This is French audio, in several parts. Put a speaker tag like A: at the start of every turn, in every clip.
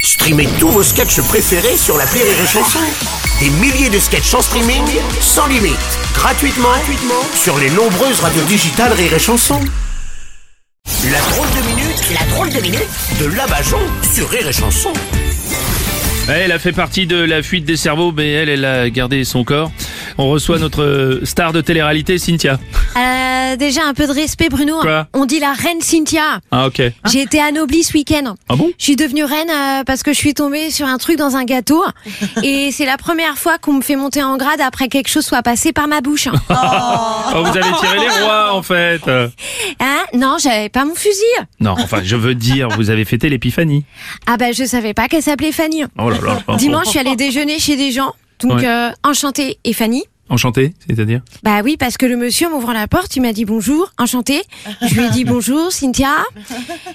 A: Streamez tous vos sketchs préférés sur la Rire et Chanson. Des milliers de sketchs en streaming, sans limite, gratuitement, gratuitement sur les nombreuses radios digitales Rire et Chanson. La drôle de minute, la drôle de minute de Labajon sur Rire et Chanson.
B: Elle a fait partie de la fuite des cerveaux, mais elle, elle a gardé son corps. On reçoit notre euh, star de télé-réalité, Cynthia.
C: Euh, déjà un peu de respect, Bruno.
B: Quoi
C: On dit la reine Cynthia.
B: Ah ok.
C: J'ai été anoblie ce week-end.
B: Ah bon
C: Je suis devenue reine euh, parce que je suis tombée sur un truc dans un gâteau. Et c'est la première fois qu'on me fait monter en grade après que quelque chose soit passé par ma bouche.
B: Oh, vous avez tiré les rois en fait. Euh,
C: Hein non, j'avais pas mon fusil.
B: Non, enfin, je veux dire, vous avez fêté l'épiphanie.
C: Ah bah je savais pas qu'elle s'appelait Fanny.
B: Oh là là. enfin,
C: Dimanche, je suis allée déjeuner chez des gens. Donc
B: Ouais.
C: euh, enchantée et Fanny.
B: bon. Enchanté, c'est-à-dire
C: Bah oui, parce que le monsieur en m'ouvrant la porte, il m'a dit bonjour, enchanté. Je lui ai dit bonjour, Cynthia.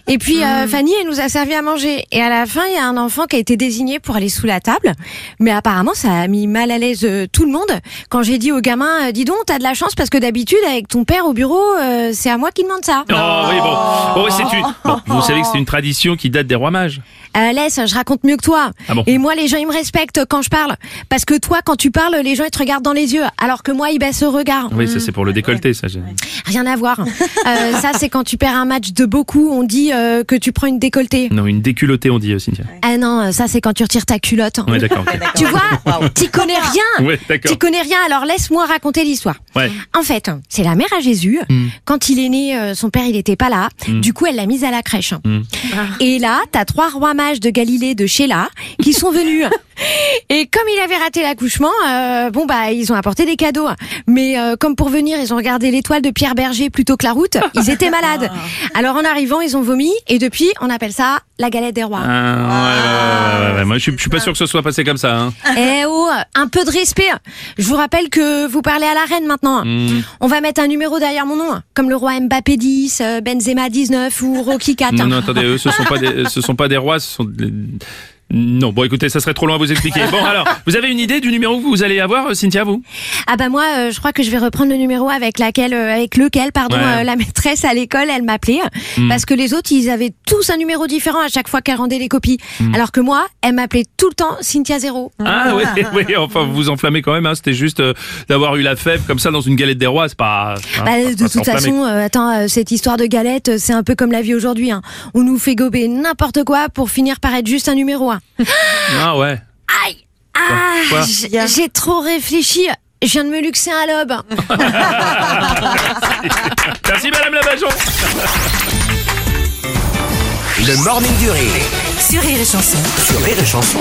C: Et puis
B: Mm.
C: euh, Fanny, elle nous a servi à manger. Et à la fin, il y a un enfant qui a été désigné pour aller sous la table. Mais apparemment, ça a mis mal à l'aise euh, tout le monde. Quand j'ai dit au gamin, euh, dis donc, t'as de la chance parce que d'habitude, avec ton père au bureau, euh, c'est à moi qui demande ça.
B: Oh oui, bon. Bon, c'est une... bon, Vous savez que c'est une tradition qui date des rois mages.
C: Euh, laisse, je raconte mieux que toi.
B: Ah bon
C: Et moi, les gens, ils me respectent quand je parle. Parce que toi, quand tu parles, les gens, ils te regardent dans les yeux. Alors que moi, ils baissent le regard.
B: Oui, ça c'est pour le décolleté, ça. j'ai-
C: Rien à voir. Euh, ça, c'est quand tu perds un match de beaucoup, on dit euh, que tu prends une décolletée.
B: Non, une déculottée, on dit, euh, Cynthia.
C: Ah non, ça, c'est quand tu retires ta culotte.
B: Ouais, d'accord. ok.
C: Tu vois, t'y connais rien.
B: Ouais, d'accord.
C: T'y connais rien, alors laisse-moi raconter l'histoire.
B: Ouais.
C: En fait, c'est la mère à Jésus. Quand il est né, euh, son père, il n'était pas là. Du coup, elle l'a mise à la crèche. Et là, t'as trois rois mages de Galilée, de Sheila, qui sont venus. Et comme il avait raté l'accouchement, euh, bon bah ils ont apporté des cadeaux. Mais euh, comme pour venir, ils ont regardé l'étoile de Pierre Berger plutôt que la route. Ils étaient malades. Alors en arrivant, ils ont vomi. Et depuis, on appelle ça la galette des rois.
B: Ah, ouais, ouais, ouais, ouais, ouais. Moi, je suis- je suis pas sûr que ce soit passé comme ça. hein.
C: Eh oh, un peu de respect. Je vous rappelle que vous parlez à la reine maintenant.
B: Mm.
C: On va mettre un numéro derrière mon nom, comme le roi Mbappé 10, euh, Benzema 19 ou Rocky 4.
B: Non, non, attendez, eux, ce sont pas des, euh, ce sont pas des rois, ce sont. des- Non, bon, écoutez, ça serait trop loin à vous expliquer. Bon, alors, vous avez une idée du numéro que vous allez avoir, euh, Cynthia, vous
C: Ah bah moi, euh, je crois que je vais reprendre le numéro avec laquelle, euh, avec lequel, pardon,
B: Ouais. Mm.
C: euh, la maîtresse à l'école, elle m'appelait parce que les autres, ils avaient tous un numéro différent à chaque fois qu'elle rendait les copies,
B: Mm.
C: alors que moi, elle m'appelait tout le temps Cynthia Zéro.
B: Ah, oui, oui, enfin, vous vous enflammez quand même, hein, c'était juste euh, d'avoir eu la fève comme ça dans une galette des rois, c'est pas. hein,
C: Bah,
B: faut pas
C: de toute
B: s'enflammer.
C: façon, euh, attends, euh, cette histoire de galette, euh, c'est un peu comme la vie aujourd'hui. Hein. On nous fait gober n'importe quoi pour finir par être juste un numéro un. euh,
B: Ah, ouais.
C: Aïe Ah
B: Quoi
C: j- J'ai trop réfléchi. Je viens de me luxer un lobe.
B: Merci, Madame Labajon
A: Le morning du rire
D: sur Rire et Chanson.
A: sur Rire et Chanson.